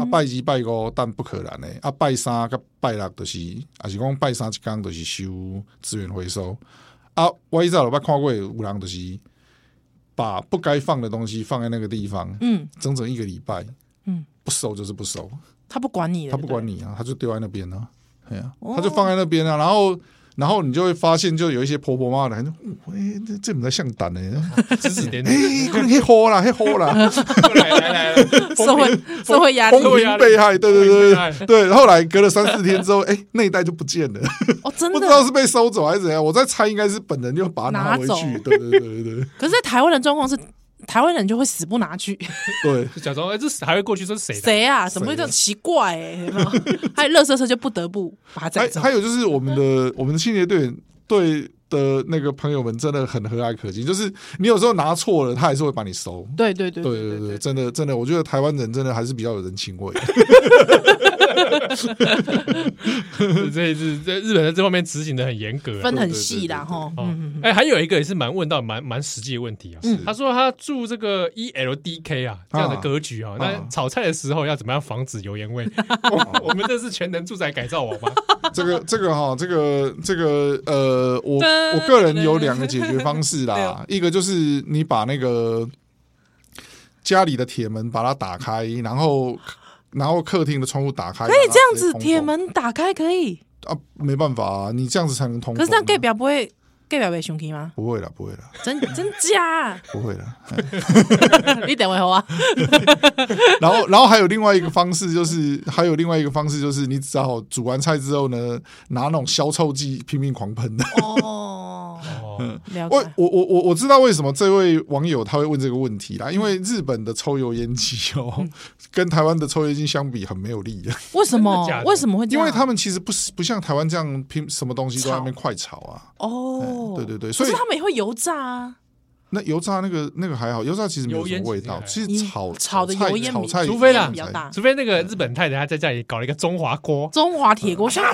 啊，拜一拜五蛋不可燃呢，啊，拜三跟拜六就是，啊是讲拜三一天就是收资源回收，啊，我以前有捌看过有人就是把不该放的东西放在那个地方，
嗯，
整整一个礼拜，
嗯，
不收就是不收，
他不管你了，
他不管
你，
你啊，他就丢在那边啊，哎呀、
哦
他就放在那边啊，然后。然后你就会发现，就有一些婆婆妈妈来，喂、欸，这这不在像胆呢、欸，
指指点
哎、
点，
可能黑火啦，黑火啦，
来来来来，
社会社会压力
公平被害，对对
公平被
对
害
对对。后来隔了三四天之后，哎、那一袋就不见了，
哦，真
不知道
的。
是被收走还是怎样。我在猜，应该是本人又把它拿
拿
回
走
去，对对对对对
可是，在台湾的状况是，台湾人就会死不拿去，
对。
就假装哎，这是还会过去，这是谁的？
谁啊？怎么会这样奇怪？哎，有没有还有乐色车就不得不把它载
还
走。
还有就是我们的我们的清洁队队的那个朋友们真的很和蔼可亲，就是你有时候拿错了，他还是会把你收。
对对对
对对对，真的真的，我觉得台湾人真的还是比较有人情味。
这一次在日本在这方面执行的很严格啊、
分很细啦，哈。
哦
嗯，
哎、还有一个也是蛮问到蛮蛮实际的问题啊。他说他住这个 E ELDK 啊这样的格局啊，那炒菜的时候要怎么样防止油 烟味？我我们这是全能住宅改造网 吗？
这个这个哈，这个这个呃，我我个人有两个解决方式啦， 一个就是你把那个家里的铁门把它打开，然后然后客厅的窗户打开，
可以这样
让它
子，
直接通风
铁门打开可以，
啊，没办法啊，你这样子才能通风啊。
可是这样 gay 表不会 gay 表被凶气吗？
不会了，不会了，
真真假？
不会了。
你等会好啊。
然后，然后还有另外一个方式，就是还有另外一个方式，就是你只好煮完菜之后呢，拿那种消臭剂拼命狂喷的。
哦，
哦，
了
我
解。
我我我我知道为什么这位网友他会问这个问题啦，因为日本的抽油烟机哦，
嗯
跟台湾的抽油烟机相比很没有力的，
为什
真的假的
么？为什么会这
因
样？
为他们其实不是不像台湾这样拼什么东西都在那边快炒啊。
哦，
对对对，
可
所以
是他们也会油炸啊。
那油炸那个那个还好，油炸其实没有什么味道
油，烟
其
其
实
实
还好
炒
嗯炒的
菜
油烟
炒
比
菜
除非啦
炒
比较大
除非那个日本太太她在家里搞了一个中华锅，
中华铁锅，像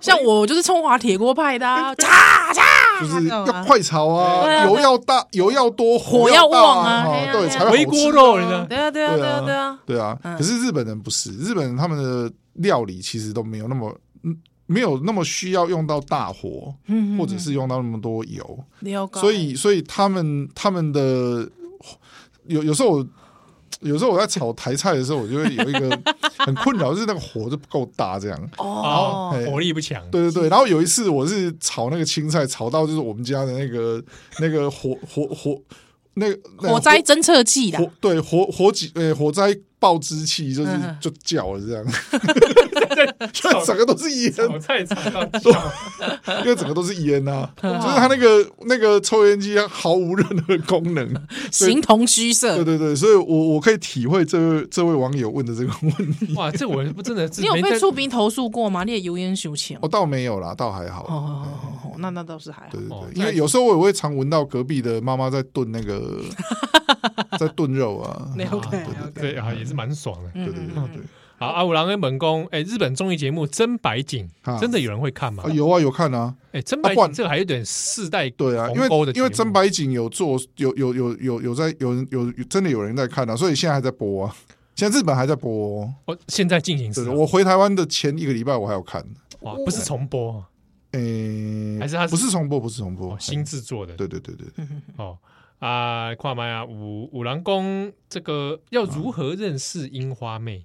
像我就是中华铁锅派的啊，炸炸，
就是
那种
要
啊
快炒
对
啊，
啊
油要大，油要多，
火
要
要
大
旺啊
哦
对啊
对，才会好
回
吃
锅肉，你知道？
对啊对啊对啊对啊，
对啊，
嗯
可是日本人不是，日本人他们的料理其实都没有那么，嗯，没有那么需要用到大火，
嗯，嗯
或者是用到那么多油，
了解。
所以所以他们他们的有有时候我有时候我在炒台菜的时候，我就会有一 个很困扰，就是那个火就不够大这样。
哦
哦，
嘿，
火力不强，
对对对，然后有一次我是炒那个青菜，炒到就是我们家的那个那个火火火那个那个
火灾侦测器啦，
火对火火警呃火灾爆支气就是
嗯嗯
就叫了这样，就整个都是烟，
炒菜炒 到啊叫，
因为整个都是烟 啊，就是它那个那个抽烟机毫无任何 功能。
形同虚
对
设。
对对，所以我我可以体会这位这位网友问的这个问题，
哇，这我不真的是
你有
没
被
在
出兵投诉过吗？你也油烟羞钱
我
哦
倒没有啦，倒还
哦
好。
哦，哦那那倒是还好
对。对
哦
对，因为有时候我也会常闻到隔壁的妈妈在炖那 个在炖肉啊。
了解了解。
对啊，也是蛮爽
嗯
的。
对对对对，
好，阿五郎跟本宫，哎，日本综艺节目《真白景
啊》
真的有人会看吗
啊？有啊有看啊，
哎，《真
啊
白
不
景
然》
这个还有点世代
对啊，因
鸿
为
沟的节
因
目
为真白景有做，有有有有有在有人有有真的有人在看啊，所以现在还在播啊。现在日本还在播、哦，
哦，现在进行
对
时
的。我回台湾的前一个礼拜我还有看，
哇，不是重播哦
诶、
还是它是
不是重播，不是重播，
哦，新制作的
哎对对对对，
哦啊，跨麦啊，五五郎宫这个要如何认识樱花妹？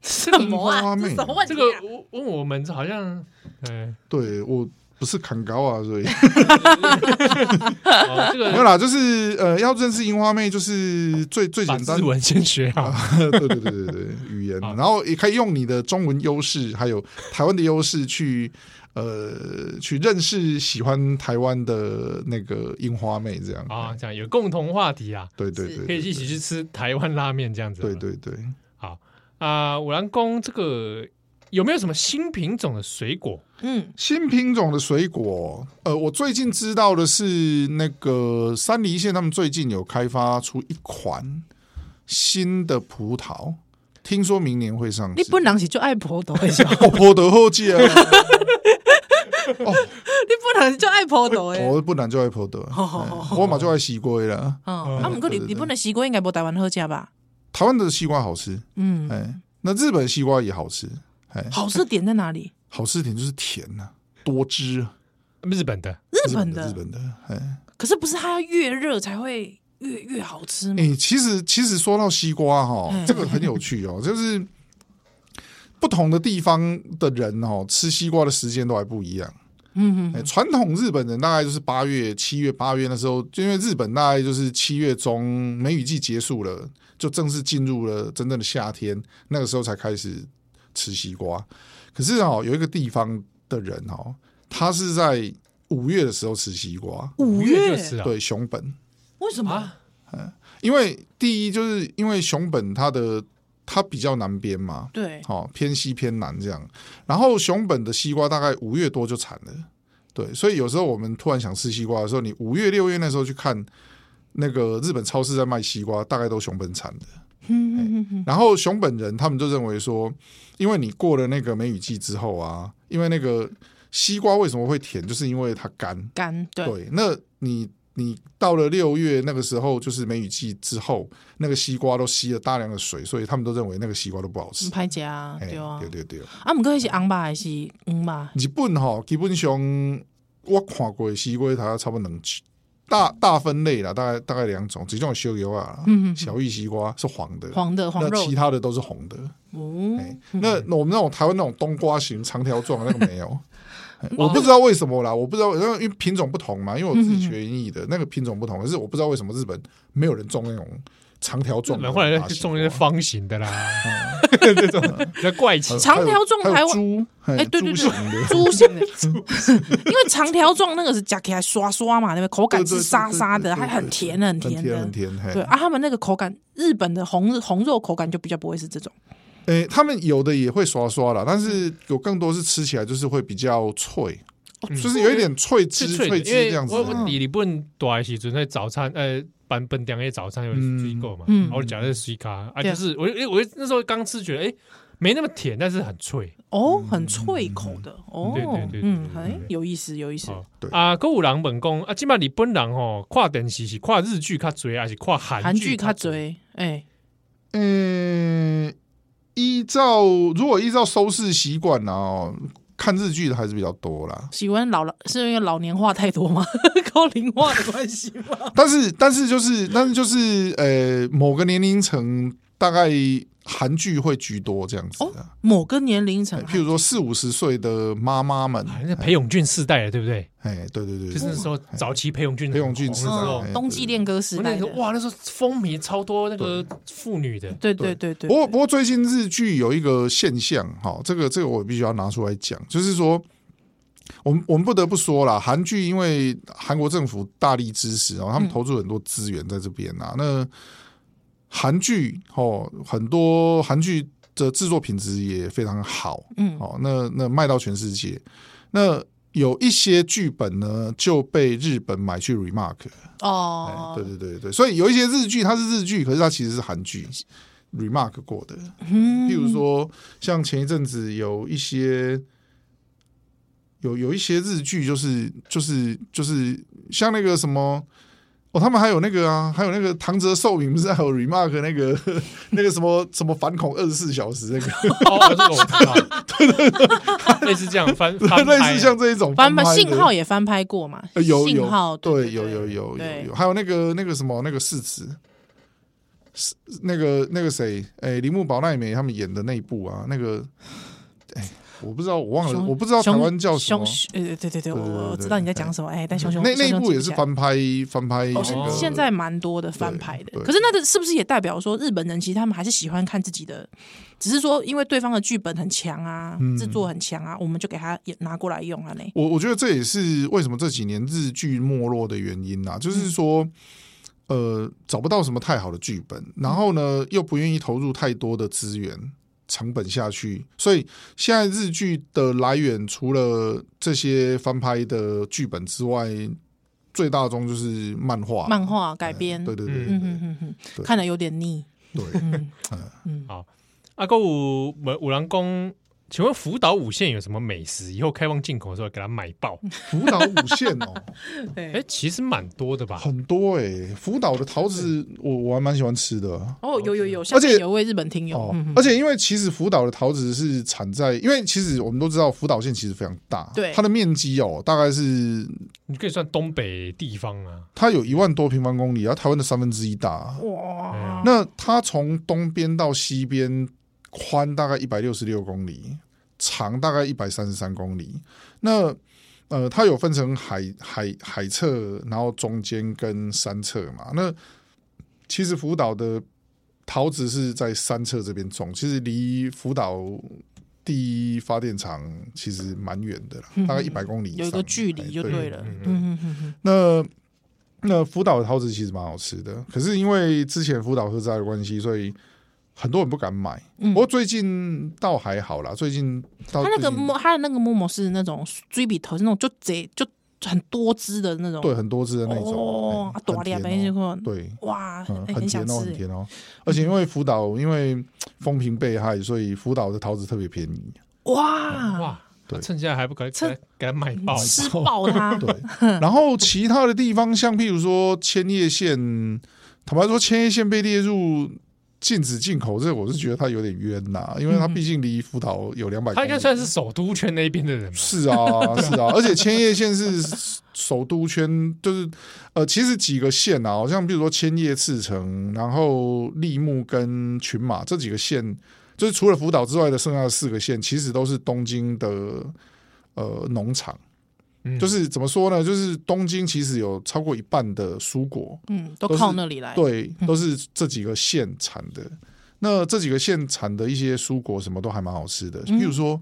什么
樱花
啊？
妹
这什么问题
这
啊？
个我问我们好像，嗯，
对我不是砍高啊，所以
哦这
没有
个
啦，就是呃，要认识樱花妹，就是最最
把
简单啊
日，文先学好。
对对对 对对，语言，然后也可以用你的中文优势，还有台湾的优势去呃去认识喜欢台湾的那个樱花妹，这样
啊，这样有共同话题啊，
对对对，
可以一起去吃台湾拉面这样子。
对对对，
啊，五郎宫这个有没有什么新品种的水果？
嗯，
新品种的水果，呃，我最近知道的是那个山梨县他们最近有开发出一款新的葡萄，听说明年会上市。
你本人是就爱葡萄的是吧，
哦，葡萄好记啊，
你本人是就爱葡萄的。
哦我不难就爱葡萄，
哦
哎我嘛就爱西瓜啦。
嗯，啊，不过日日本的西瓜应该无台湾好食吧？
台湾的西瓜好吃，
嗯，
哎，那日本西瓜也好吃，哎，
好吃的点在哪里？
好吃点就是甜呐、多汁啊，
日本的
日
日
本
的日
的，
本的，哎。
可是不是它要越热才会越越好吃吗？
诶、其实其实说到西瓜哈、
嗯
这个很有趣哦，就是不同的地方的人哦，吃西瓜的时间都还不一样。
嗯嗯
诶传统日本人大概就是八月、七月、八月那时候，就因为日本大概就是七月中梅雨季结束了，就正式进入了真正的夏天，那个时候才开始吃西瓜。可是哦，有一个地方的人哦，他是在五月的时候吃西瓜，
五月
就是啊，
对，熊本。
为什么？
因为第一就是因为熊本它的它比较南边嘛，
对，
哦，偏西偏南这样。然后熊本的西瓜大概五月多就产了，对，所以有时候我们突然想吃西瓜的时候，你五月六月那时候去看那个日本超市在卖西瓜，大概都熊本产的。哎然后熊本人他们就认为说，因为你过了那个梅雨季之后啊，因为那个西瓜为什么会甜，就是因为它干。
干对，
对，那你你到了六月那个时候，就是梅雨季之后，那个西瓜都吸了大量的水，所以他们都认为那个西瓜都不好吃。
拍假啊，
哎
对啊
对，对对，
啊，毋过迄是红吧还是黄吧？
日本吼，基本上我看过的西瓜，它差不多两大大分类啦，大概大概两种，一种是小油啊，小玉西瓜是黄的，
嗯黄的黄
那
肉
其他的都是红的。
哦，
哎，那我们那种台湾那种冬瓜型长条状的那 个没有。哎我不知道为什么啦，我不知道，因为因为品种不同嘛，因为我自己
嗯
学音译的，那个品种不同，可是我不知道为什么日本没有人种那种长条状的
然
大
后
西瓜。
后来就种一些方形的啦，
啊
这种
嗯
比较怪奇
还有
长条状
还有
台湾
猪，哎
哎对对对
猪型的
猪型的，因为长条状那个是夹起来刷刷嘛，那个口感是沙沙的，
对对对对对
还
对
很甜很甜
甜很
的。
甜。嘿
对啊，他们那个口感，日本的红红肉口感就比较不会是这种，
诶、哎他们有的也会刷刷啦，但是有更多是吃起来就是会比较脆，
哦
嗯
就是有一点脆汁、
是
脆
脆的，
汁
因
这
为
样子嗯
我我
的。
日本大的时阵在早餐，呃，板本店的早餐有水果嘛，
嗯
然后我夹的水卡啊，
对
就是我我我那时候刚吃觉得哎没那么甜，但是很脆。
哦，很脆口的，哦
对对对对，
嗯，
对
哎
对，
有意思，有意思，
哦
对
啊，歌舞人本讲啊，今晚日本人吼看电视是看日剧较多，还是看韩
韩剧
较
卡
多？
嘴，哎，
嗯、依照如果依照收视习惯呢，哦，看日剧的还是比较多啦。
喜欢老了，是因为老年化太多吗？ 高龄化的关系吗？
但是，但是就是，但是就是，呃，某个年龄层大概韩剧会居多这样子的。
某个年龄层
哎，譬如说四五十岁的妈妈们，
啊那裴勇俊世代了，对不对？
哎，对对对，
就是那时候早期裴勇俊
裴勇俊世
世
代
代，
哎
我
嗯，冬季恋歌时代
那
的
个，哇，那时候风靡超多那个妇女的，
对对对对，
不过，不过最近日剧有一个现象，哈，这个这个我必须要拿出来讲，就是说，我们我们不得不说啦，韩剧因为韩国政府大力支持
嗯
哦，他们投入很多资源在这边啊，那韩剧哦，很多韩剧的制作品质也非常好，
嗯
哦，那那卖到全世界，那有一些剧本呢就被日本买去 remark，哎
哦，
对对对对，所以有一些日剧它是日剧，可是它其实是韩剧 remark 过的。譬如说，像前一阵子有一些有有一些日剧、就是，就是就是像那个什么。哦，他们还有那个啊，还有那个唐泽寿明不是还有 remark 那个 那个什么什么反恐二十四小时那个，
哦，这个我知道， 类似这样 翻翻
类
拍啊
似像这一种
翻
拍
拍
的
信号也翻拍过嘛？
呃有有
信号
对
对
有有有有
对
有，还有那个那个什么那个世子，是那个那个谁，哎，铃木保奈美他们演的那一部啊，那个，哎，我不知道，我忘了，
熊
我不知道台湾叫什么
熊，熊呃对对对，我
对对对
我我
对嗯
知道你在讲什么，哎，但熊熊
那那一部也是，
熊熊
翻拍翻拍那
记不起来
个，
哦现在蛮多的翻拍
对
的，
对
可是那个是不是也代表说日本人其实他们还是喜欢看自己的，只是说因为对方的剧本很强啊，
嗯
制作很强啊，我们就给他也拿过来用啊嘞，
我我觉得这也是为什么这几年日剧没落的原因啦、
嗯
就是说，呃，找不到什么太好的剧本，然后呢，又不愿意投入太多的资源成本下去，所以现在日剧的来源除了这些翻拍的剧本之外，最大宗就是漫画。
漫画改编，
对对对
嗯
对
哼哼哼
对
哼，看了有点腻，
对，
嗯
啊，购五五五郎公，请问福岛五县有什么美食？以后开放进口的时候给它买爆？
嗯
福岛五线哦，
哎、
对，
其实蛮多的吧？
很多哎、福岛的桃子我我还蛮喜欢吃的。
哦有有有，下面
而且
有位日本听友
哦，
嗯，
而且因为其实福岛的桃子是产在，因为其实我们都知道福岛县其实非常大，
对
它的面积哦，大概是
你可以算东北地方啊，
它有一万多平方公里，然后台湾的三分之一大。
哇，
那它从东边到西边宽大概一百六十六公里，长大概一百三十三公里。那呃，它有分成海海海侧，然后中间跟山侧嘛。那其实福岛的桃子是在山侧这边种，其实离福岛第一发电厂其实蛮远的啦，大概一百公里以
嗯
上
有一个距离就
哎
对了，嗯嗯嗯嗯，
那那福岛的桃子其实蛮好吃的，可是因为之前福岛核灾的关系，所以很多人不敢买。不过最近倒还好啦，最近
嗯
到
它那
最
个
近
摸，它的那个摸摸是那种锥笔头，是那种就贼就很多汁的那种，
对，很多汁的那种。
哦，啊，
哎
大粒啊，
很
等一
甜哦
下
对，
哇，
嗯，
哎
很
想
甜哦，
吃
很
哎，
甜哦。而且因为福岛因为风评被害，所以福岛的桃子特别便宜。
欸哇
哇，
对
趁现在还不赶
嗯趁
快给他买爆，
吃爆它，
对，然后其他的地方，像譬如说千叶县，坦白说，千叶县被列入禁止进口，这我是觉得它有点冤呐、因为它毕竟离福岛有两 百。
他应该算是首都圈那一边的人吧？
是啊，是啊，而且千叶县是首都圈，就是呃，其实几个县啊，好像比如说千叶、赤城，然后立木跟群马这几个县，就是除了福岛之外的剩下的四个县，其实都是东京的呃农场。
嗯
就是怎么说呢？就是东京其实有超过一半的蔬果，
嗯，都
都是
靠那里来，
对，都是这几个县产的。那这几个县产的一些蔬果，什么都还蛮好吃的，比如说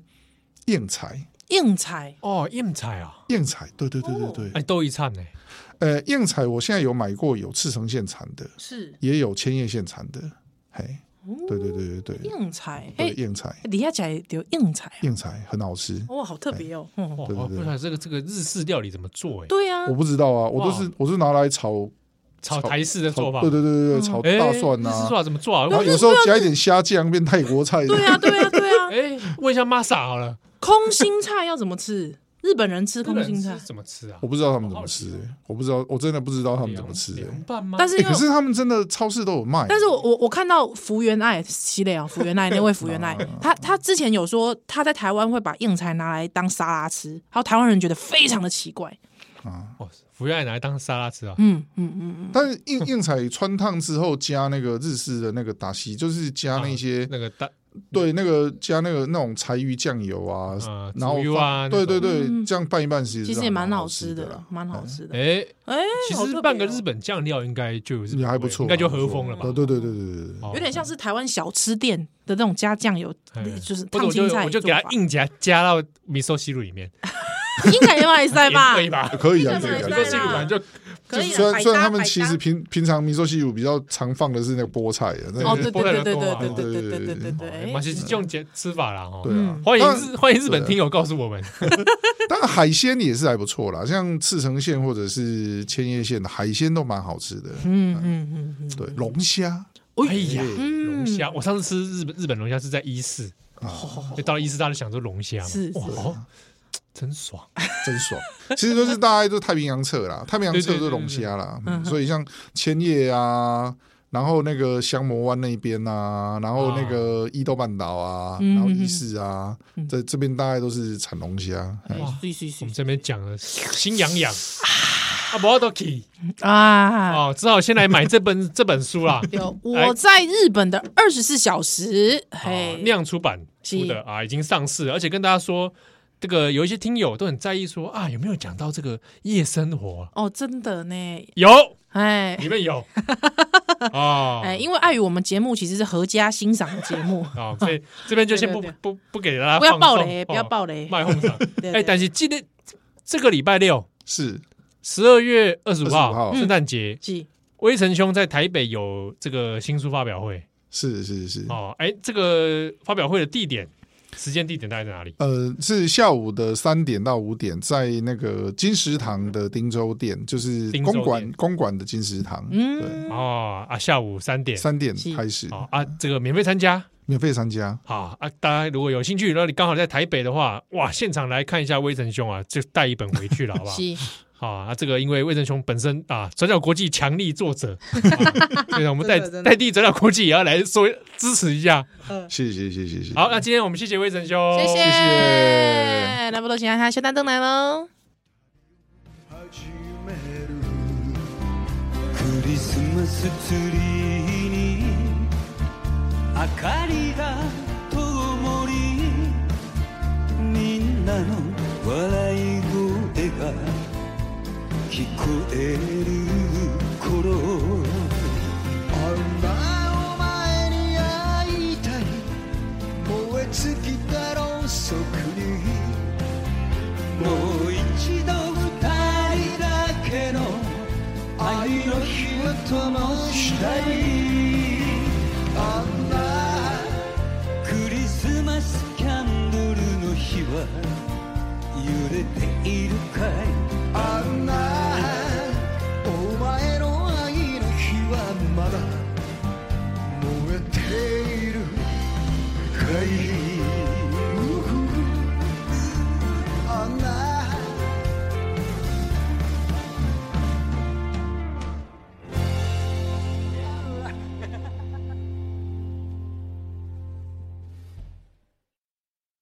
燕菜，
硬菜，
哦，硬菜啊，
燕菜，对对对对对，
哎，都一灿呢，
呃，燕菜我现在有买过，有赤城县产的，
是
也有千叶县产的，嘿，对对对对对，
哦硬菜，
对
哎，
燕菜，
底下讲有硬菜啊，
燕菜很好吃，
哇，好特别哦，嗯
哇，
对对
我不
对
知道这个这个日式料理怎么做哎，
对啊
哎我，不知道啊，我都是我是拿来炒
炒
炒
台式的做
炒，
法，
对对
嗯
对对对，炒
哎，
大蒜
日式
呐
做，法怎么做啊？
然后
我
有时候加一点虾酱变泰国菜，
对啊，对啊，对 啊，
哎，问一下 Masa 好了，
空心菜要怎么吃？日本人吃
日
空
本
心
人
菜
是，怎么吃啊
我？不知道他们怎么吃，欸我不知道，我真的不知道他们怎么吃，
凉
欸
凉拌吗？
但是
欸
因为
可是他们真的超市都有卖，
但是我我我看到福原爱系列啊，福原爱那位福 原爱，他他之前有说他在台湾会把硬菜拿来当沙拉吃，然后台湾人觉得非常的奇怪。
哦，福原爱拿来当沙拉吃啊？
嗯嗯嗯嗯，
但是硬硬菜穿烫之后加那个日式的那个达西，就是加
啊
那些
那个蛋
对，那个加那个那种柴鱼酱油啊，
呃
然后
猪油
放
啊
对
那
对
种
对，
嗯
这样拌一拌其实
其
是
实也蛮
好
好
吃
吃
的
的
啦，，
蛮好吃的。
哎，
哎，
其
好特
实
别
半个
哦
日本酱料应该就有日本
也还不
味
错，
应该就
还不
和
错
风了吧？
对对对对对对对，
哦
有点像是台湾小吃店的那种加酱油
哎，
就是
或者
烫
我就
青菜
我就给它
做法
硬夹加到米寿西鲁里面，
应该也买塞吧
可？以吧？
可以啊，
这
可
个
以啊
蛮
米寿
可以
西
啊。
鲁本来就
可以啊，
虽然
百
虽然
搭
他们
百
其
搭
实平平常米寿西乳比较常放的是那个菠菜啊，那
哦，
个
对
波
对
兰
对
人
对
多
对
嘛
对对对对对对
啊哎
对
嘛，，是这种夹吃法啦哦。
对啊，
欢迎
当然
日欢迎日本听友告诉我们，
当然海鲜也是还不错啦，像赤城县或者是千叶县的海鲜都蛮好吃的，哎
嗯嗯嗯嗯，
对，龙虾，
哎呀，
嗯哦
龙虾！我上次吃日本日本龙虾是在伊势，就到了伊势大家就想说龙虾嘛
是，
哇，哦真爽！
真 爽。其实都是大概都是太平洋侧啦，太平洋侧
对对
就
对
是龙虾啦，嗯所以像千叶啊，然后那个香魔湾那边啊，然后那个伊豆半岛啊，
嗯
然后伊势啊，在这边大概都是产龙虾。
哎
哎
水水
我
水
们这边讲了心痒痒，啊，不要都 k
啊！
哦，只好先来买这 本这本书啦，
有
哎
我在日本的二十四小时，
哦
嘿，
酿出版出的啊，已经上市了，而且跟大家说，这个有一些听友都很在意说啊，有没有讲到这个夜生活？
哦，真的呢，
有，
哎
里面 有哦，，
哎，因为碍于我们节目其实是合家欣赏的节目
啊，所以这边就先不
对对
不不给大家
不要
放
爆
送
雷
哦
不要爆雷
卖哄场。
对
哎，
对
但是今天这个礼拜六，
是
十二月二十五
25
号，
号
圣诞节，
是
嗯威城兄在台北有这个新书发表会
是是是，
哦。哎，这个发表会的地点、时间、地点大概在哪里？
呃，是下午的三点到五点，在那个金石堂的汀州店，就是
汀州
公馆
店
公馆的金石堂，对，
嗯，
哦啊，下午三点。
三点
是
开始，
好啊，这个免费参加
免费参加。
好啊！大家如果有兴趣，然后你刚好在台北的话，哇，现场来看一下威城兄啊，就带一本回去了， 好不好？
是
好啊，这个因为魏正雄本身啊，转角国际强力作 者，啊对啊，我们代
真的真的
代替转角国际也要来说支持一下。
谢谢谢谢谢谢。
好，那今天我们谢哦谢魏正雄，
谢谢
谢，
那不都请看下丹灯来喽。
始めるクリスマスツリーに明かりが灯りみんなの笑い声が聞こえる頃
女を前に会いたい燃え尽きたろうそくに
もう一度二人だけの愛の火を灯したいあんなクリスマスキャンドルの日は
揺れているかいあんなお前の愛の日はまだ燃えているかい